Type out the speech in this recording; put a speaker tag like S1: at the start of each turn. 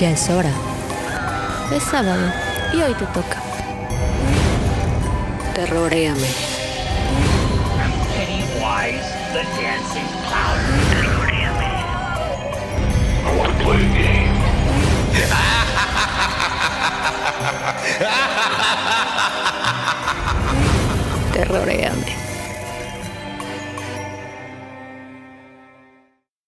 S1: Ya es hora. Es sábado y hoy te toca. Terroréame.
S2: Pennywise the Dancing Clown.
S1: Terroréame.